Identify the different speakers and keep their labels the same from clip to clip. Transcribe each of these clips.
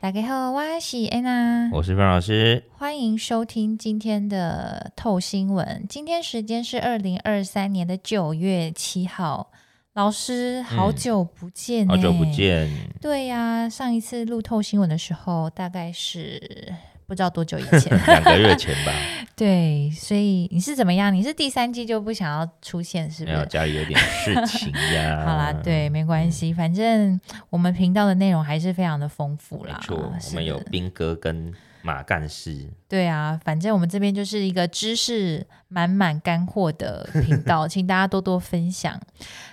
Speaker 1: 大家好，我是安娜，
Speaker 2: 我是范老师。
Speaker 1: 欢迎收听今天的透新闻。今天时间是二零二三年的九月七号。老师，好
Speaker 2: 嗯
Speaker 1: 久不见、
Speaker 2: 好久不。见，
Speaker 1: 对呀、上一次录透新闻的时候，大概是不知道多久以前。
Speaker 2: 两个月前吧，
Speaker 1: 对，所以你是怎么样？你是第三季就不想要出现， 是不是
Speaker 2: 没有？哎啊家里有点事情呀。
Speaker 1: 好啦，对，没关
Speaker 2: 嗯
Speaker 1: 系，反正我们频道的内容还是非常的丰富
Speaker 2: 没
Speaker 1: 啦。
Speaker 2: 错，我
Speaker 1: 哦是
Speaker 2: 们有
Speaker 1: 的
Speaker 2: 兵哥跟马干事，
Speaker 1: 对啊，反正我们这边就是一个知识满满干货的频 道，请大家多多分享。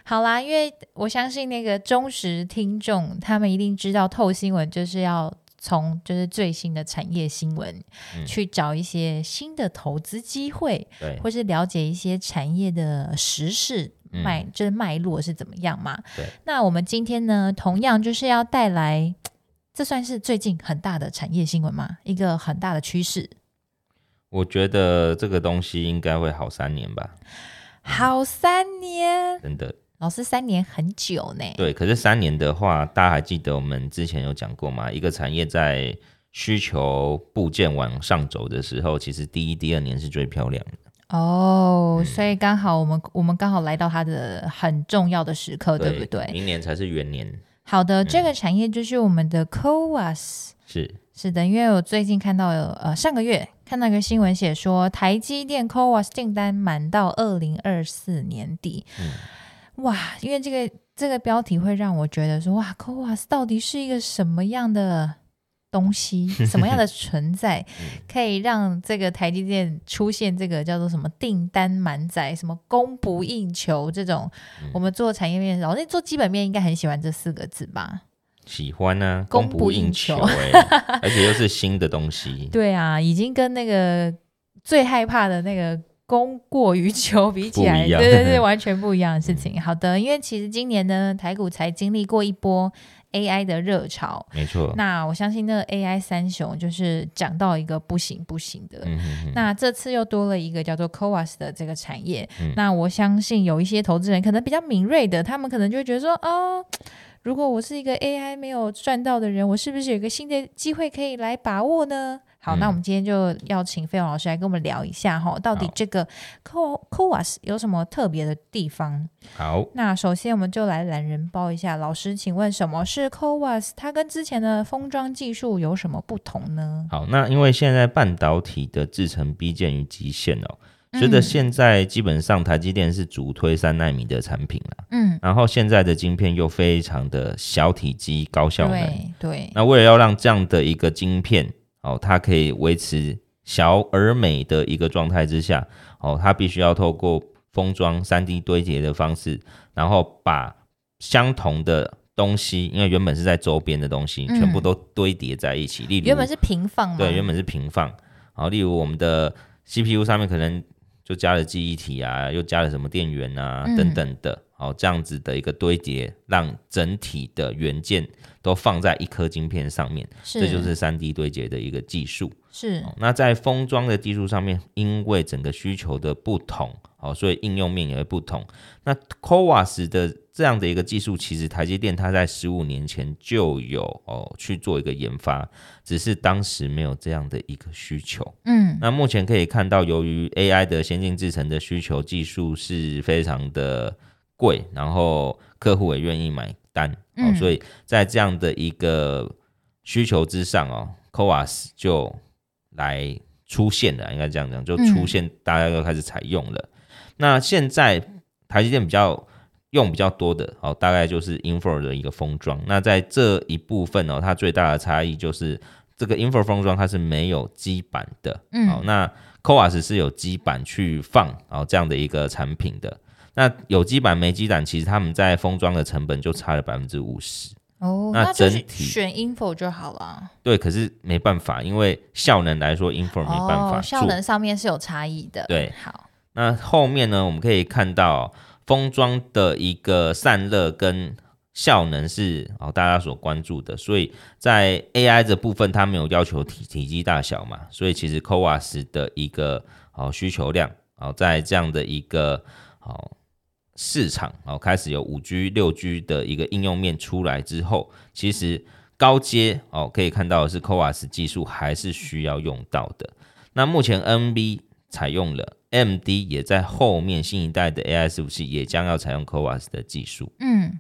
Speaker 1: 好啦，因为我相信那个忠实听众，他们一定知道透新闻就是要从就是最新的产业新闻、
Speaker 2: 嗯
Speaker 1: 去找一些新的投资机会，
Speaker 2: 对
Speaker 1: 或是了解一些产业的时事
Speaker 2: 嗯
Speaker 1: 脉，就是脉络是怎么样嘛。
Speaker 2: 对
Speaker 1: 那我们今天呢，同样就是要带来，这算是最近很大的产业新闻吗？一个很大的趋势。
Speaker 2: 我觉得这个东西应该会好三年吧，
Speaker 1: 好三年，
Speaker 2: 真的。
Speaker 1: 老师三年很久呢。
Speaker 2: 对，可是三年的话，大家还记得我们之前有讲过吗？一个产业在需求部件往上走的时候，其实第一、第二年是最漂亮的。
Speaker 1: 哦所以刚好我们我们刚好来到它的很重要的时刻，哦对不对？
Speaker 2: 明年才是元年，
Speaker 1: 好的，这个产业就是我们的 COAS。
Speaker 2: 是
Speaker 1: 是的，因为我最近看到有呃上个月看到一个新闻写说，台积电 CoWAS 订单满到二零二四年底。哇，因为这个这个标题会让我觉得说，哇，CoWAS 到底是一个什么样的东西，什么样的存在，可以让这个台积电出现这个叫做什么订单满载、什么供不应求这种？
Speaker 2: 嗯
Speaker 1: 我们做产业面，老师做基本面应该很喜欢这四个字吧？
Speaker 2: 喜欢啊，
Speaker 1: 供
Speaker 2: 供
Speaker 1: 不
Speaker 2: 不
Speaker 1: 应
Speaker 2: 应求
Speaker 1: 求
Speaker 2: 哎、而且又是新的东 西。
Speaker 1: 对啊，已经跟那个最害怕的那个供过于求比起来，
Speaker 2: 不一样
Speaker 1: 对对对，完全不一样的事情。好的，因为其实今年呢，台股才经历过一波 AI 的热潮。
Speaker 2: 没错。
Speaker 1: 那我相信那个 AI 三雄就是涨到一个不行不行的。
Speaker 2: 嗯哼哼
Speaker 1: 那这次又多了一个叫做 COAS 的这个产业，
Speaker 2: 嗯
Speaker 1: 那我相信有一些投资人可能比较敏锐的，他们可能就会觉得说，哦，如果我是一个 AI 没有赚到的人，我是不是有一个新的机会可以来把握呢？好，
Speaker 2: 嗯
Speaker 1: 那我们今天就邀请费勇老师来跟我们聊一下哈，到底
Speaker 2: 好
Speaker 1: 这个 Co COAS 有什么特别的地方？
Speaker 2: 好，
Speaker 1: 那首先我们就来懒人包一下，老师，请问什么是 COAS？它跟之前的封装技术有什么不同呢？
Speaker 2: 好，那因为现在半导体的制程逼近于极限哦，随着
Speaker 1: 嗯
Speaker 2: 现在基本上台积电是主推三纳米的产品啦，
Speaker 1: 嗯，
Speaker 2: 然后现在的晶片又非常的小体积高效能，
Speaker 1: 对对，
Speaker 2: 那为了要让这样的一个晶片哦，它可以维持小而美的一个状态之下哦，它必须要透过封装三 D 堆叠的方式，然后把相同的东西，因为原本是在周边的东西，
Speaker 1: 嗯
Speaker 2: 全部都堆叠在一起，例如
Speaker 1: 原本是平放嘛，
Speaker 2: 对，原本是平放。好，例如我们的 CPU 上面可能就加了记忆体啊，又加了什么电源啊、
Speaker 1: 嗯
Speaker 2: 等等的，好这样子的一个堆叠，让整体的元件都放在一颗晶片上面，
Speaker 1: 是
Speaker 2: 这就是三 D 堆叠的一个技术。
Speaker 1: 是
Speaker 2: 哦那在封装的技术上面，因为整个需求的不同，哦，所以应用面也会不同。那 CoWAS 的这样的一个技术，其实台积电它在十五年前就有哦去做一个研发，只是当时没有这样的一个需求。
Speaker 1: 嗯
Speaker 2: 那目前可以看到，由于 AI 的先进制程的需求，技术是非常的贵，然后客户也愿意买单、
Speaker 1: 嗯
Speaker 2: 哦，所以在这样的一个需求之上哦，CoWAS 就来出现了，应该这样讲，就
Speaker 1: 嗯
Speaker 2: 出现大家都开始采用了。那现在台积电比较用比较多的哦，大概就是 Infor 的一个封装。那在这一部分哦，它最大的差异就是这个 Infor 封装它是没有基板的，
Speaker 1: 嗯
Speaker 2: 哦，那 CoWAS 是有基板去放哦这样的一个产品的。那有基板没基板，其实他们在封装的成本就差了百分之五十。
Speaker 1: 哦，
Speaker 2: 那
Speaker 1: 就
Speaker 2: 整
Speaker 1: 是
Speaker 2: 体
Speaker 1: 选 info 就好了。
Speaker 2: 对，可是没办法，因为效能来说，Infor 没办法
Speaker 1: 哦，
Speaker 2: 做。
Speaker 1: 效能上面是有差异的。
Speaker 2: 对，
Speaker 1: 好，
Speaker 2: 那后面呢，我们可以看到封装的一个散热跟效能是哦大家所关注的，所以在 AI 这部分它没有要求体体积大小嘛，所以其实 CoWAS 的一个哦需求量哦在这样的一个哦市场哦开始有五 G、六 G 的一个应用面出来之后，其实高阶哦，可以看到的是 CoWAS 技术还是需要用到的。那目前 NB 采用了，MD 也在后面新一代的 AI 伺服器也将要采用 CoWAS 的技术。
Speaker 1: 嗯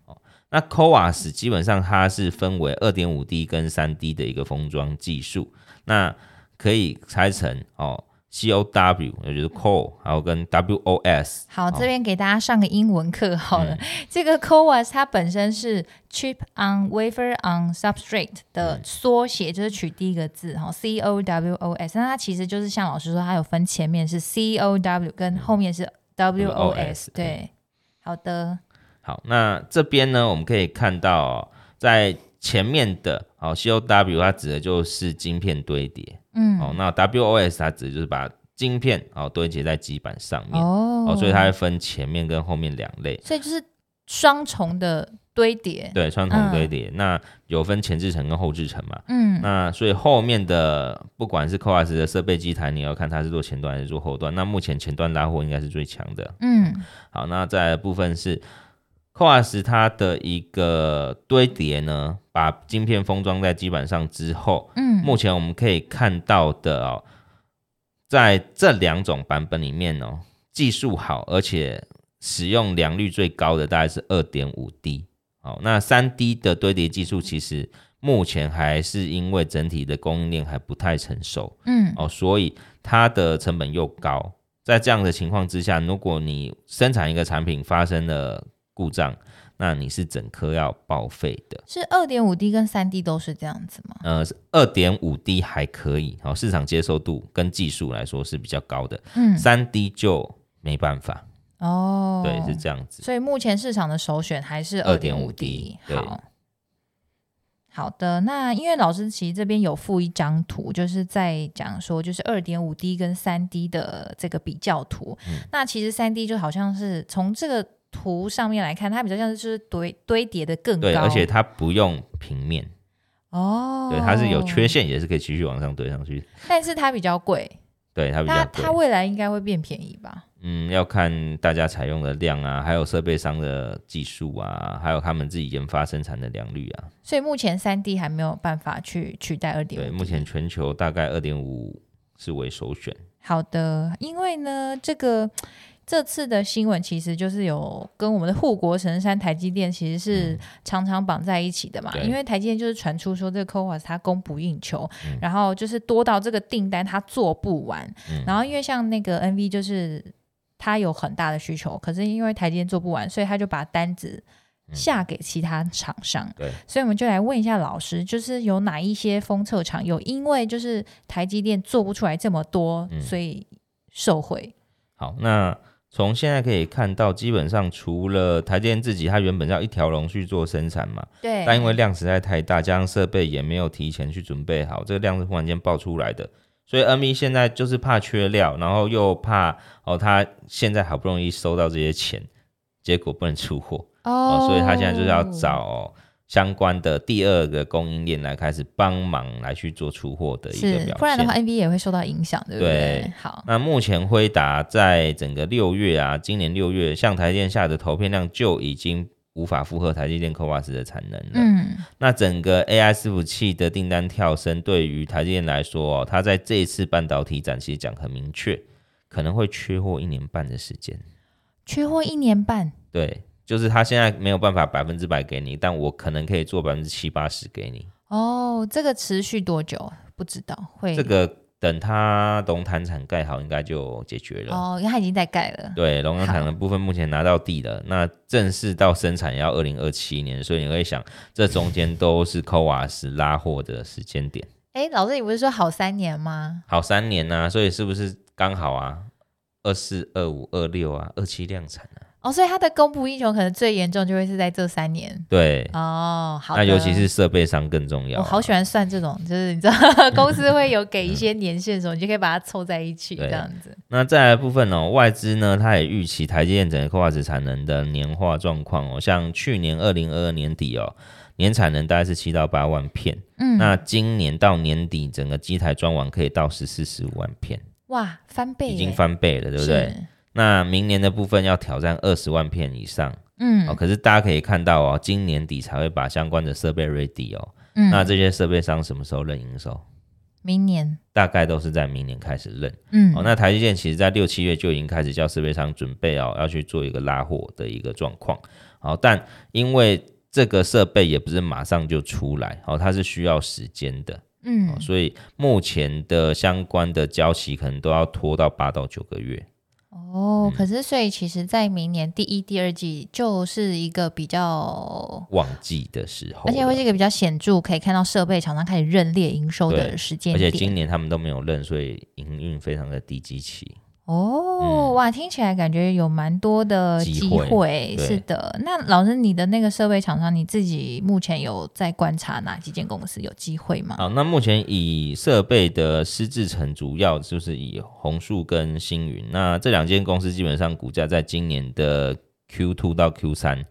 Speaker 2: 那 CoWAS 基本上它是分为二点五 D 跟三 D 的一个封装技术，那可以拆成哦 COW，也就是 CO，还有跟 WOS。
Speaker 1: 好，这边给大家上个英文课好
Speaker 2: 嗯
Speaker 1: 了。 这个 CoWAS 它本身是 Chip on Wafer on Substrate
Speaker 2: 嗯
Speaker 1: 的缩写，就是取第一个字哈，C O W O S。那它其实就是像老师说，它有分前面是 C O W 跟后面是 W O S。
Speaker 2: 嗯
Speaker 1: 对，好的，
Speaker 2: 好，那这边呢，我们可以看到哦、在前面的哦 COW 它指的就是晶片堆叠、
Speaker 1: 嗯，
Speaker 2: 哦，那 WOS 它指的就是把晶片哦堆叠在基板上面哦
Speaker 1: 哦
Speaker 2: 所以它会分前面跟后面两类。
Speaker 1: 所以就是双重的堆叠，
Speaker 2: 对，传统堆
Speaker 1: 嗯
Speaker 2: 叠、那有分前置层跟后置层嘛？
Speaker 1: 嗯
Speaker 2: 那所以后面的不管是 CoWAS 的设备机台，你要看它是做前端还是做后端。那目前前端拉货应该是最强的。
Speaker 1: 嗯
Speaker 2: 好，那再来的部分是 CoWAS 它的一个堆叠呢，把晶片封装在基板上之后，
Speaker 1: 嗯
Speaker 2: 目前我们可以看到的哦，在这两种版本里面哦，技术好而且使用良率最高的大概是二点五 D。好，那三 D 的堆叠技术其实目前还是因为整体的供应链还不太成熟
Speaker 1: 嗯
Speaker 2: 哦，所以它的成本又高。在这样的情况之下，如果你生产一个产品发生了故障，那你是整颗要报废的。
Speaker 1: 是二点五 D 跟三 D 都是这样子吗？
Speaker 2: 呃，二点五 D 还可以，好、市场接受度跟技术来说是比较高的，
Speaker 1: 嗯，
Speaker 2: 三 D 就没办法，
Speaker 1: 哦，
Speaker 2: 对，是这样子。
Speaker 1: 所以目前市场的首选还是二点五
Speaker 2: 2.5
Speaker 1: D
Speaker 2: D。
Speaker 1: 好，好的，那因为老师其实这边有附一张图，就是在讲说就是二点五 D 跟三 D 的这个比较图。
Speaker 2: 嗯
Speaker 1: 那其实三 D 就好像是从这个图上面来看，它比较像是就是堆堆叠的更高，
Speaker 2: 对，而且它不用平面，
Speaker 1: 哦，
Speaker 2: 对，它是有缺，陷，也是可以继续往上堆上去。
Speaker 1: 但是它比较贵，
Speaker 2: 对，它比
Speaker 1: 它
Speaker 2: 较
Speaker 1: 它
Speaker 2: 贵。
Speaker 1: 未来应该会变便宜吧？
Speaker 2: 嗯，要看大家采用的量啊，还有设备商的技术啊，还有他们自己研发生产的良率啊。
Speaker 1: 所以目前三 D 还没有办法去取代二点五
Speaker 2: 对，。目前全球大概二点五是为首选。
Speaker 1: 好的，因为呢，这个这次的新闻其实就是有跟我们的护国神山台积电其实是常常绑在一起的嘛。
Speaker 2: 嗯对
Speaker 1: 因为台积电就是传出说这个 CoWAS 它供不应求，然后就是多到这个订单它做不完，
Speaker 2: 嗯
Speaker 1: 然后因为像那个 NV 就是它有很大的需求，可是因为台积电做不完，所以他就把单子。
Speaker 2: 嗯
Speaker 1: 下给其他厂商，
Speaker 2: 对
Speaker 1: 所以我们就来问一下老师，就是有哪一些封测厂有因为就是台积电做不出来这么多，
Speaker 2: 嗯
Speaker 1: 所以受贿？
Speaker 2: 好，那从现在可以看到，基本上除了台积电自己，它原本要一条龙去做生产嘛，
Speaker 1: 对
Speaker 2: 但因为量实在太大，加上设备也没有提前去准备好，这个量是忽然间爆出来的。所以 N V 现在就是怕缺料，然后又怕哦，他现在好不容易收到这些钱，结果不能出货
Speaker 1: 哦
Speaker 2: 哦，所以他现在就是要找、哦相关的第二个供应链来开始帮忙来去做出货的一个表
Speaker 1: 是
Speaker 2: 现，。
Speaker 1: 不然的话，NB 也会受到影响，对不
Speaker 2: 对？
Speaker 1: 好，
Speaker 2: 那目前辉达在整个六月啊，今年六月，像台积电下的投片量就已经无法负荷台积电 CoWAS 的产能了。
Speaker 1: 嗯
Speaker 2: 那整个 AI 伺服器的订单跳升，对于台积电来说、哦，它在这一次半导体展其实讲很明确，可能会缺货一年半的时间。
Speaker 1: 缺货一年半，
Speaker 2: 对，就是它现在没有办法百分之百给你，但我可能可以做百分之七八十给你。
Speaker 1: 哦，这个持续多久？不知道会
Speaker 2: 这个等它龙潭厂盖好，应该就解决了。
Speaker 1: 哦，因为它已经在盖了，
Speaker 2: 对，龙岗
Speaker 1: 好
Speaker 2: 厂的部分目前拿到地了，那正式到生产要二零二七年，所以你会想，这中间都是 CoWAS 拉货的时间点，
Speaker 1: 哎，老师，你不是说好三年吗？
Speaker 2: 好三年呐、所以是不是刚好啊？二四、二五、二六啊，二七量产啊，
Speaker 1: 哦，所以它的供不应求可能最严重就会是在这三年。
Speaker 2: 对，
Speaker 1: 哦，好的。
Speaker 2: 那尤其是设备商更重要、
Speaker 1: 我
Speaker 2: 啊
Speaker 1: 好喜欢算这种，就是你知道公司会有给一些年限的时候，你就可以把它凑在一起
Speaker 2: 嗯对
Speaker 1: 这样子。
Speaker 2: 那再来的部分哦，外资呢，它也预期台积电整个 CoWAS 产能的年化状况哦，像去年二零二二年底哦，年产能大概是七到八万片，
Speaker 1: 嗯，
Speaker 2: 那今年到年底，整个机台装完可以到十四十五万片，
Speaker 1: 哇，翻倍耶，
Speaker 2: 已经翻倍了，对不对？
Speaker 1: 是？
Speaker 2: 那明年的部分要挑战二十万片以上、
Speaker 1: 嗯
Speaker 2: 哦。可是大家可以看到哦，今年底才会把相关的设备 ready 哦。
Speaker 1: 嗯，
Speaker 2: 那这些设备商什么时候认营收？
Speaker 1: 明年，
Speaker 2: 大概都是在明年开始认。
Speaker 1: 嗯，
Speaker 2: 哦，那台积电其实在六七月就已经开始叫设备商准备哦，要去做一个拉货的一个状况。好、但因为这个设备也不是马上就出来，哦，它是需要时间的、
Speaker 1: 嗯
Speaker 2: 哦，所以目前的相关的交期可能都要拖到八到九个月。嗯
Speaker 1: 哦，可是所以其实，在明年第一、第二季就是一个比较，
Speaker 2: 旺季的时候了，
Speaker 1: 而且会是一个比较显著，可以看到设备厂商开始认列营收的
Speaker 2: 对
Speaker 1: 时间
Speaker 2: 而且
Speaker 1: 点。
Speaker 2: 今年他们都没有认，所以营运非常的低基期。
Speaker 1: 嗯哦，哇，听起来感觉有蛮多的
Speaker 2: 嗯机
Speaker 1: 机
Speaker 2: 会
Speaker 1: 会。
Speaker 2: 对
Speaker 1: 是的，那老师，你的那个设备厂商，你自己目前有在观察哪几间公司有机会吗？
Speaker 2: 好，那目前以设备的施志成主要就是以红树跟星云，那这两间公司基本上股价在今年的 Q two 到 Q 三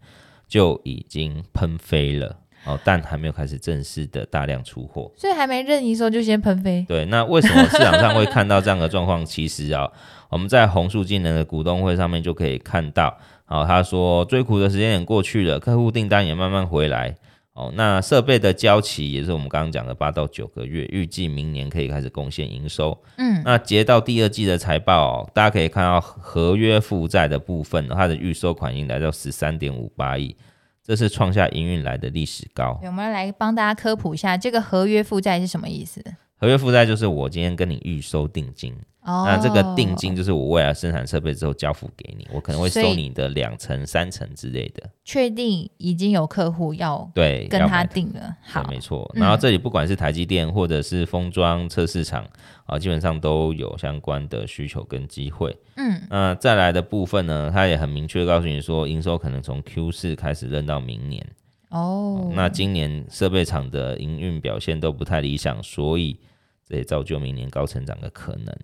Speaker 2: 就已经喷飞了哦，但还没有开始正式的大量出货。
Speaker 1: 所以还没任意说就先喷飞。
Speaker 2: 对，那为什么市场上会看到这样的状况？其实啊，我们在红树技能的股东会上面就可以看到，好、他说追苦的时间点过去了，客户订单也慢慢回来。哦，那设备的交期也是我们刚刚讲的八到九个月，预计明年可以开始贡献营收。
Speaker 1: 嗯
Speaker 2: 那截到第二季的财报、哦大家可以看到合约负债的部分，它的预收款已经来到十三点五八亿，这是创下营运来的历史高。
Speaker 1: 对我们来帮大家科普一下，这个合约负债是什么意思？
Speaker 2: 合约负债就是我今天跟你预收定金，
Speaker 1: 哦，
Speaker 2: 那这个定金就是我未来生产设备之后交付给你，我可能会
Speaker 1: 所
Speaker 2: 收
Speaker 1: 以
Speaker 2: 你的两成、三成之类的。
Speaker 1: 确定已经有客户要
Speaker 2: 对，
Speaker 1: 跟
Speaker 2: 要
Speaker 1: 他
Speaker 2: 买的
Speaker 1: 定了，
Speaker 2: 对
Speaker 1: 好，
Speaker 2: 没错。
Speaker 1: 嗯
Speaker 2: 然后这里不管是台积电或者是封装测试厂啊，基本上都有相关的需求跟机会。
Speaker 1: 嗯
Speaker 2: 那再来的部分呢，它也很明确地告诉你说，营收可能从 Q 四开始认到明年。
Speaker 1: 哦，
Speaker 2: 那今年设备厂的营运表现都不太理想，所以这也造就明年高成长的可能。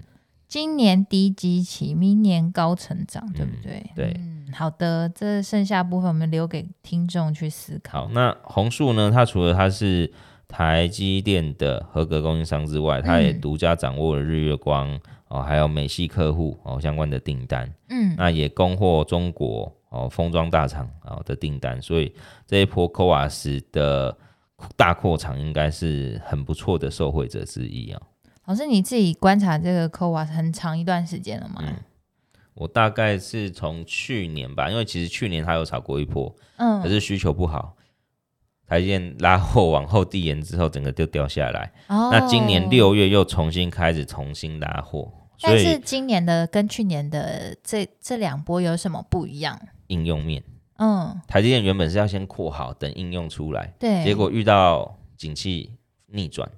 Speaker 1: 今年低基期，明年高成长，对不
Speaker 2: 嗯
Speaker 1: 对？
Speaker 2: 对
Speaker 1: 嗯，好的，这剩下部分我们留给听众去思考
Speaker 2: 好，。那红树呢？它除了它是台积电的合格供应商之外，它也
Speaker 1: 嗯
Speaker 2: 独家掌握了日月光、哦，还有美系客户哦相关的订单，
Speaker 1: 嗯，
Speaker 2: 那也供货中国哦封装大厂哦的订单，所以这一波 c o a s 的大扩厂应该是很不错的受惠者之一啊、
Speaker 1: 老师你自己观察这个 COA 很长一段时间了吗？
Speaker 2: 嗯我大概是从去年吧，因为其实去年它有炒过一波，
Speaker 1: 嗯，
Speaker 2: 可是需求不好，台积电拉货往后递延之后，整个就掉下来。
Speaker 1: 哦
Speaker 2: 那今年，六月又重新开始重新拉货，所
Speaker 1: 但是
Speaker 2: 以
Speaker 1: 今年的跟去年的这这两波有什么不一样？
Speaker 2: 应用面，
Speaker 1: 嗯，
Speaker 2: 台积电原本是要先扩好，等应用出来，
Speaker 1: 对，
Speaker 2: 结果遇到景气逆转，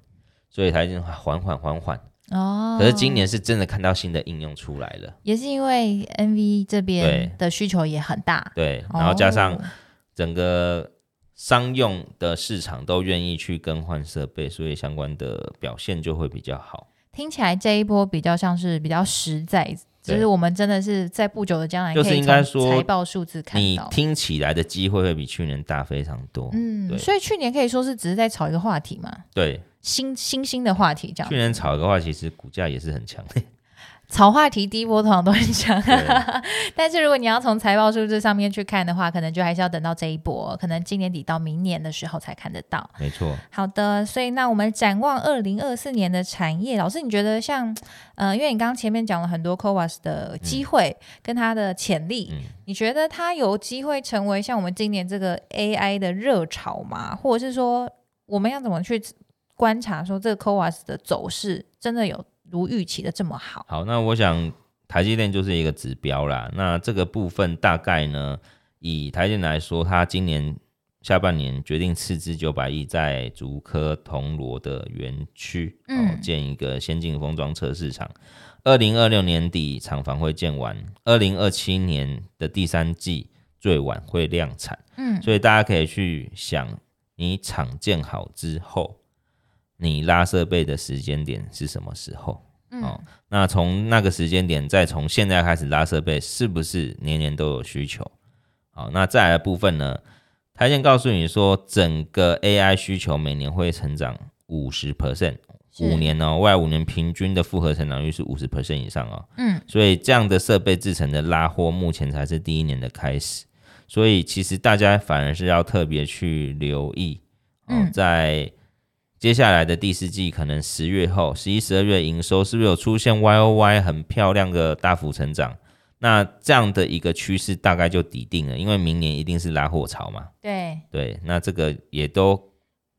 Speaker 2: 所以台积电缓缓缓缓。
Speaker 1: 哦，
Speaker 2: 可是今年是真的看到新的应用出来了，
Speaker 1: 也是因为 NV 这边
Speaker 2: 对
Speaker 1: 的需求也很大，
Speaker 2: 对，然后加上
Speaker 1: 哦
Speaker 2: 整个商用的市场都愿意去更换设备，所以相关的表现就会比较好。
Speaker 1: 听起来这一波比较像是比较实在，就是我们真的是在不久的将来
Speaker 2: 就是
Speaker 1: 可以
Speaker 2: 应该
Speaker 1: 从
Speaker 2: 说
Speaker 1: 财报数字看
Speaker 2: 你
Speaker 1: 到。
Speaker 2: 听起来的机会会比去年大非常多，
Speaker 1: 嗯，
Speaker 2: 对
Speaker 1: 所以去年可以说是只是在炒一个话题嘛，
Speaker 2: 对，
Speaker 1: 新新兴的话题这
Speaker 2: 去
Speaker 1: 样。
Speaker 2: 年炒的话，其实股价也是很强。
Speaker 1: 炒话题第一波通常都很强，
Speaker 2: 对
Speaker 1: 但是如果你要从财报数字上面去看的话，可能就还是要等到这一波，可能今年底到明年的时候才看得到。
Speaker 2: 没错，
Speaker 1: 好的，所以那我们展望二零二四年的产业，老师你觉得像呃，因为你刚刚前面讲了很多 COAS 的机会跟它的潜力，
Speaker 2: 嗯
Speaker 1: 你觉得它有机会成为像我们今年这个 AI 的热潮吗？或者是说我们要怎么去观察说这个 COAS 的走势真的有如预期的这么好？
Speaker 2: 好，那我想台积电就是一个指标啦。那这个部分大概呢，以台积电来说，它今年下半年决定斥资九百亿在竹科铜锣的园区、哦
Speaker 1: 嗯
Speaker 2: 建一个先进封装测试厂。二零二六年底厂房会建完，二零二七年的第三季最晚会量产。
Speaker 1: 嗯
Speaker 2: 所以大家可以去想，你厂建好之后，你拉设备的时间点是什么时候？
Speaker 1: 嗯、
Speaker 2: 哦那从那个时间点，再从现在开始拉设备，是不是年年都有需求？好，那再来的部分呢？台建告诉你说，整个 AI 需求每年会成长五十 percent，
Speaker 1: 是
Speaker 2: 五，年哦，未来五年平均的复合成长率是五十 percent 以上哦。
Speaker 1: 嗯
Speaker 2: 所以这样的设备制成的拉货，目前才是第一年的开始。所以其实大家反而是要特别去留意，哦，
Speaker 1: 嗯
Speaker 2: 在接下来的第四季可能十月后，十一、十二月营收是不是有出现 Y O Y 很漂亮的大幅成长？那这样的一个趋势大概就底定了，因为明年一定是拉货潮嘛。
Speaker 1: 对，
Speaker 2: 对，那这个也都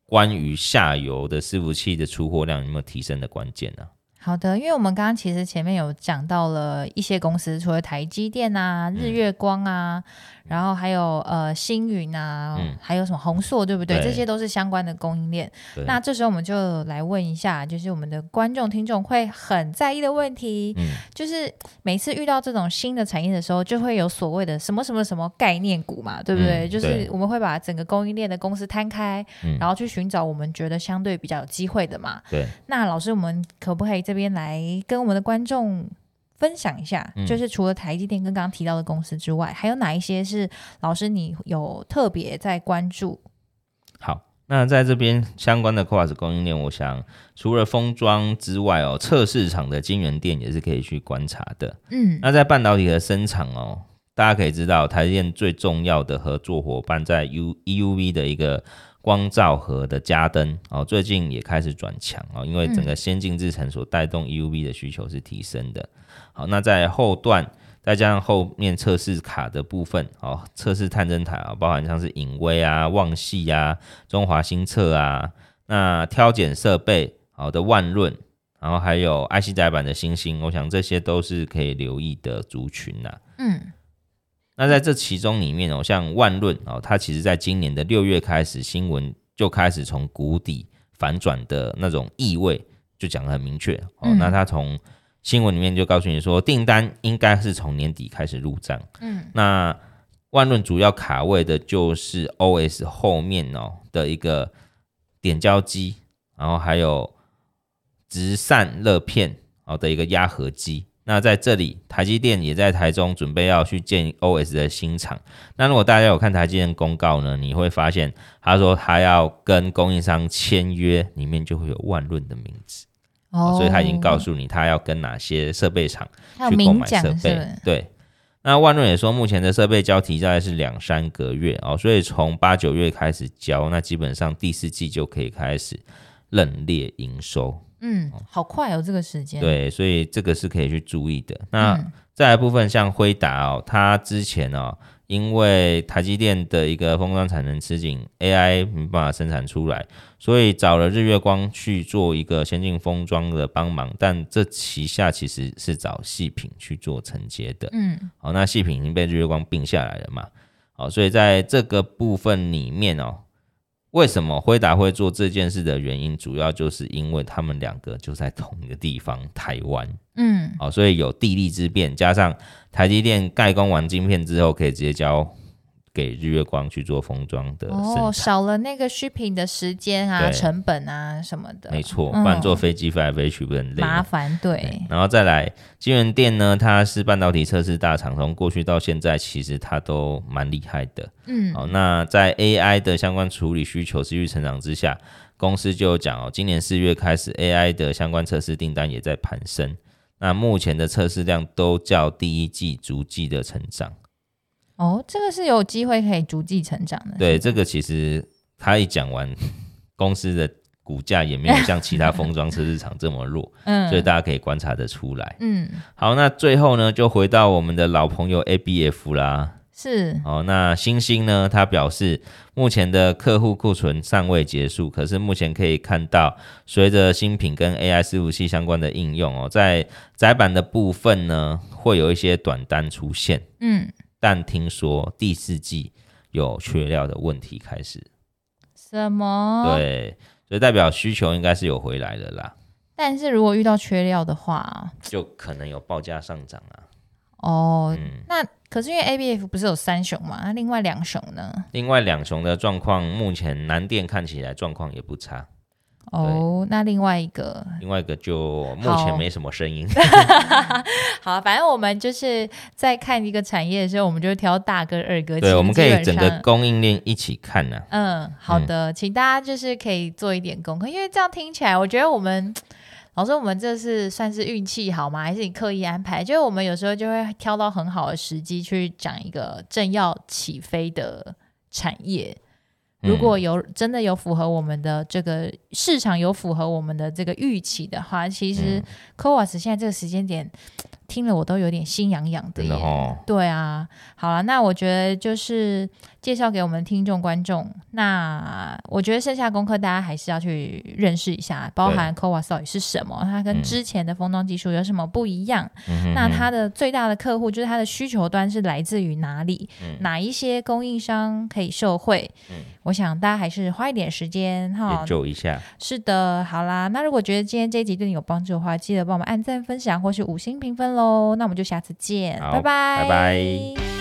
Speaker 2: 关于下游的伺服器的出货量有没有提升的关键啊呢、
Speaker 1: 好的，因为我们刚刚其实前面有讲到了一些公司，除了台积电
Speaker 2: 嗯
Speaker 1: 啊、日月光啊，然后还有呃星云啊，
Speaker 2: 嗯
Speaker 1: 还有什么宏硕，对不对？
Speaker 2: 对
Speaker 1: 这些都是相关的供应链。
Speaker 2: 对
Speaker 1: 那这时候我们就来问一下，就是我们的观众听众会很在意的问题，
Speaker 2: 嗯，
Speaker 1: 就是每次遇到这种新的产业的时候，就会有所谓的什么什么什么概念股嘛，对不对？
Speaker 2: 嗯
Speaker 1: 就是
Speaker 2: 对
Speaker 1: 我们会把整个供应链的公司摊开，
Speaker 2: 嗯
Speaker 1: 然后去寻找我们觉得相对比较有机会的嘛。
Speaker 2: 对，
Speaker 1: 那老师，我们可不可以这边来跟我们的观众分享一下，
Speaker 2: 嗯
Speaker 1: 就是除了台积电跟刚刚提到的公司之外，还有哪一些是老师你有特别在关注？
Speaker 2: 好，那在这边相关的 Coas 供应链，我想除了封装之外哦，测试厂的晶圆店也是可以去观察的。
Speaker 1: 嗯，
Speaker 2: 那在半导体的生产哦，大家可以知道，台积电最重要的合作伙伴在 U EUV 的一个光照盒的加灯哦，最近也开始转强哦，因为整个先进制程所带动 EUV 的需求是提升的。好，那在后段。再加上后面测试卡的部分哦，测试探针台啊、包含像是影威啊、旺系啊、中华新测啊，那挑拣设备好的万润，然后还有 IC 载板的星星，我想这些都是可以留意的族群啊呐、
Speaker 1: 嗯，
Speaker 2: 那在这其中里面哦，像万润哦，它其实在今年的六月开始，新闻就开始从谷底反转的那种意味，就讲得很明确哦。
Speaker 1: 嗯
Speaker 2: 那它从新闻里面就告诉你说，订单应该是从年底开始入账。
Speaker 1: 嗯，
Speaker 2: 那万润主要卡位的就是 OS 后面哦的一个点胶机，然后还有直散热片哦的一个压合机。那在这里，台积电也在台中准备要去建 OS 的新厂。那如果大家有看台积电公告呢，你会发现他说他要跟供应商签约，里面就会有万润的名字，
Speaker 1: 哦
Speaker 2: 啊所以他已经告诉你他要跟哪些设备厂。
Speaker 1: 还有
Speaker 2: 去购
Speaker 1: 明
Speaker 2: 买
Speaker 1: 讲
Speaker 2: 设
Speaker 1: 是不
Speaker 2: 备
Speaker 1: 是。
Speaker 2: 对，那万润也说，目前的设备交提大概是两三个月哦，所以从八九月开始交，那基本上第四季就可以开始认列营收。
Speaker 1: 嗯，好快哦，这个时间。，
Speaker 2: 对，所以这个是可以去注意的。那、
Speaker 1: 嗯
Speaker 2: 再来部分像辉达哦，它之前哦，因为台积电的一个封装产能吃紧，AI 没办法生产出来，所以找了日月光去做一个先进封装的帮忙，但这旗下其实是找细品去做承接的。
Speaker 1: 嗯
Speaker 2: 好，那细品已经被日月光并下来了嘛？好，所以在这个部分里面哦，为什么辉达会做这件事的原因，主要就是因为他们两个就在同一个地方——台湾。
Speaker 1: 嗯，
Speaker 2: 哦，所以有地利之便，加上台积电代工完晶片之后，可以直接交给日月光去做封装的
Speaker 1: 哦，
Speaker 2: 生产。
Speaker 1: 少了那个 shipping 的时间啊、
Speaker 2: 对
Speaker 1: 成本啊什么的，
Speaker 2: 没错，
Speaker 1: 嗯
Speaker 2: 不然坐飞机飞来飞去不是很累
Speaker 1: 麻
Speaker 2: 吗？
Speaker 1: 烦。对，
Speaker 2: 然后再来，金源店呢，它是半导体测试大厂，从过去到现在，其实它都蛮厉害的。
Speaker 1: 嗯
Speaker 2: 好、那在 AI 的相关处理需求持续成长之下，公司就有讲哦，今年四月开始 AI 的相关测试订单也在攀升。那目前的测试量都较第一季逐季的成长。
Speaker 1: 哦，这个是有机会可以逐季成长的。
Speaker 2: 对，这个其实他一讲完，公司的股价也没有像其他封装测试厂这么弱，
Speaker 1: 嗯，
Speaker 2: 所以大家可以观察得出来。
Speaker 1: 嗯
Speaker 2: 好，那最后呢，就回到我们的老朋友 ABF 啦。
Speaker 1: 是
Speaker 2: 哦，那星星呢？它表示目前的客户库存尚未结束，可是目前可以看到，随着新品跟 AI 伺服器相关的应用哦，在窄板的部分呢，会有一些短单出现，
Speaker 1: 嗯，
Speaker 2: 但听说第四季有缺料的问题开始，
Speaker 1: 什么？。
Speaker 2: 对，所以代表需求应该是有回来了啦，
Speaker 1: 但是如果遇到缺料的话，
Speaker 2: 就可能有报价上涨啊。
Speaker 1: 哦，
Speaker 2: 嗯，
Speaker 1: 那可是因为 ABF 不是有三雄嘛，那另外两雄呢？
Speaker 2: 另外两雄的状况，目前南电看起来状况也不差。
Speaker 1: 哦，那另外一 个
Speaker 2: 另外一个就目前
Speaker 1: 好
Speaker 2: 没什么声音，
Speaker 1: 好，反正我们就是在看一个产业的时候，我们就挑大哥、二哥。其
Speaker 2: 对，
Speaker 1: 实
Speaker 2: 我们可
Speaker 1: 基
Speaker 2: 以
Speaker 1: 本
Speaker 2: 整个
Speaker 1: 上
Speaker 2: 供应链一起看啊呢、
Speaker 1: 嗯，好的，请大家就是可以做一点功课，因为这样听起来，我觉得我们老师，我们这是算是运气好吗？还是你刻意安排？就是我们有时候就会挑到很好的时机去讲一个正要起飞的产业，如
Speaker 2: 嗯
Speaker 1: 果有真的有符合我们的这个市场有符合我们的这个预期的话，其
Speaker 2: 嗯
Speaker 1: 实 COAS 现在这个时间点，听了我都有点心痒痒的
Speaker 2: 真
Speaker 1: 耶。
Speaker 2: 的哦，
Speaker 1: 对啊，好了，那我觉得就是介绍给我们听众观众。那我觉得剩下功课大家还是要去认识一下，包含 COAS 到底是什么，它跟
Speaker 2: 嗯
Speaker 1: 之前的封装技术有什么不一样。
Speaker 2: 嗯哼
Speaker 1: 那
Speaker 2: 哼
Speaker 1: 它的最大的客户就是它的需求端是来自于哪里？
Speaker 2: 嗯
Speaker 1: 哪一些供应商可以受惠？我想大家还是花一点时间哈
Speaker 2: 研。究一下，
Speaker 1: 是的，好啦，那如果觉得今天这一集对你有帮助的话，记得帮我们按赞、分享或是五星评分喽。那我们就下次见，
Speaker 2: 好
Speaker 1: 拜
Speaker 2: 拜拜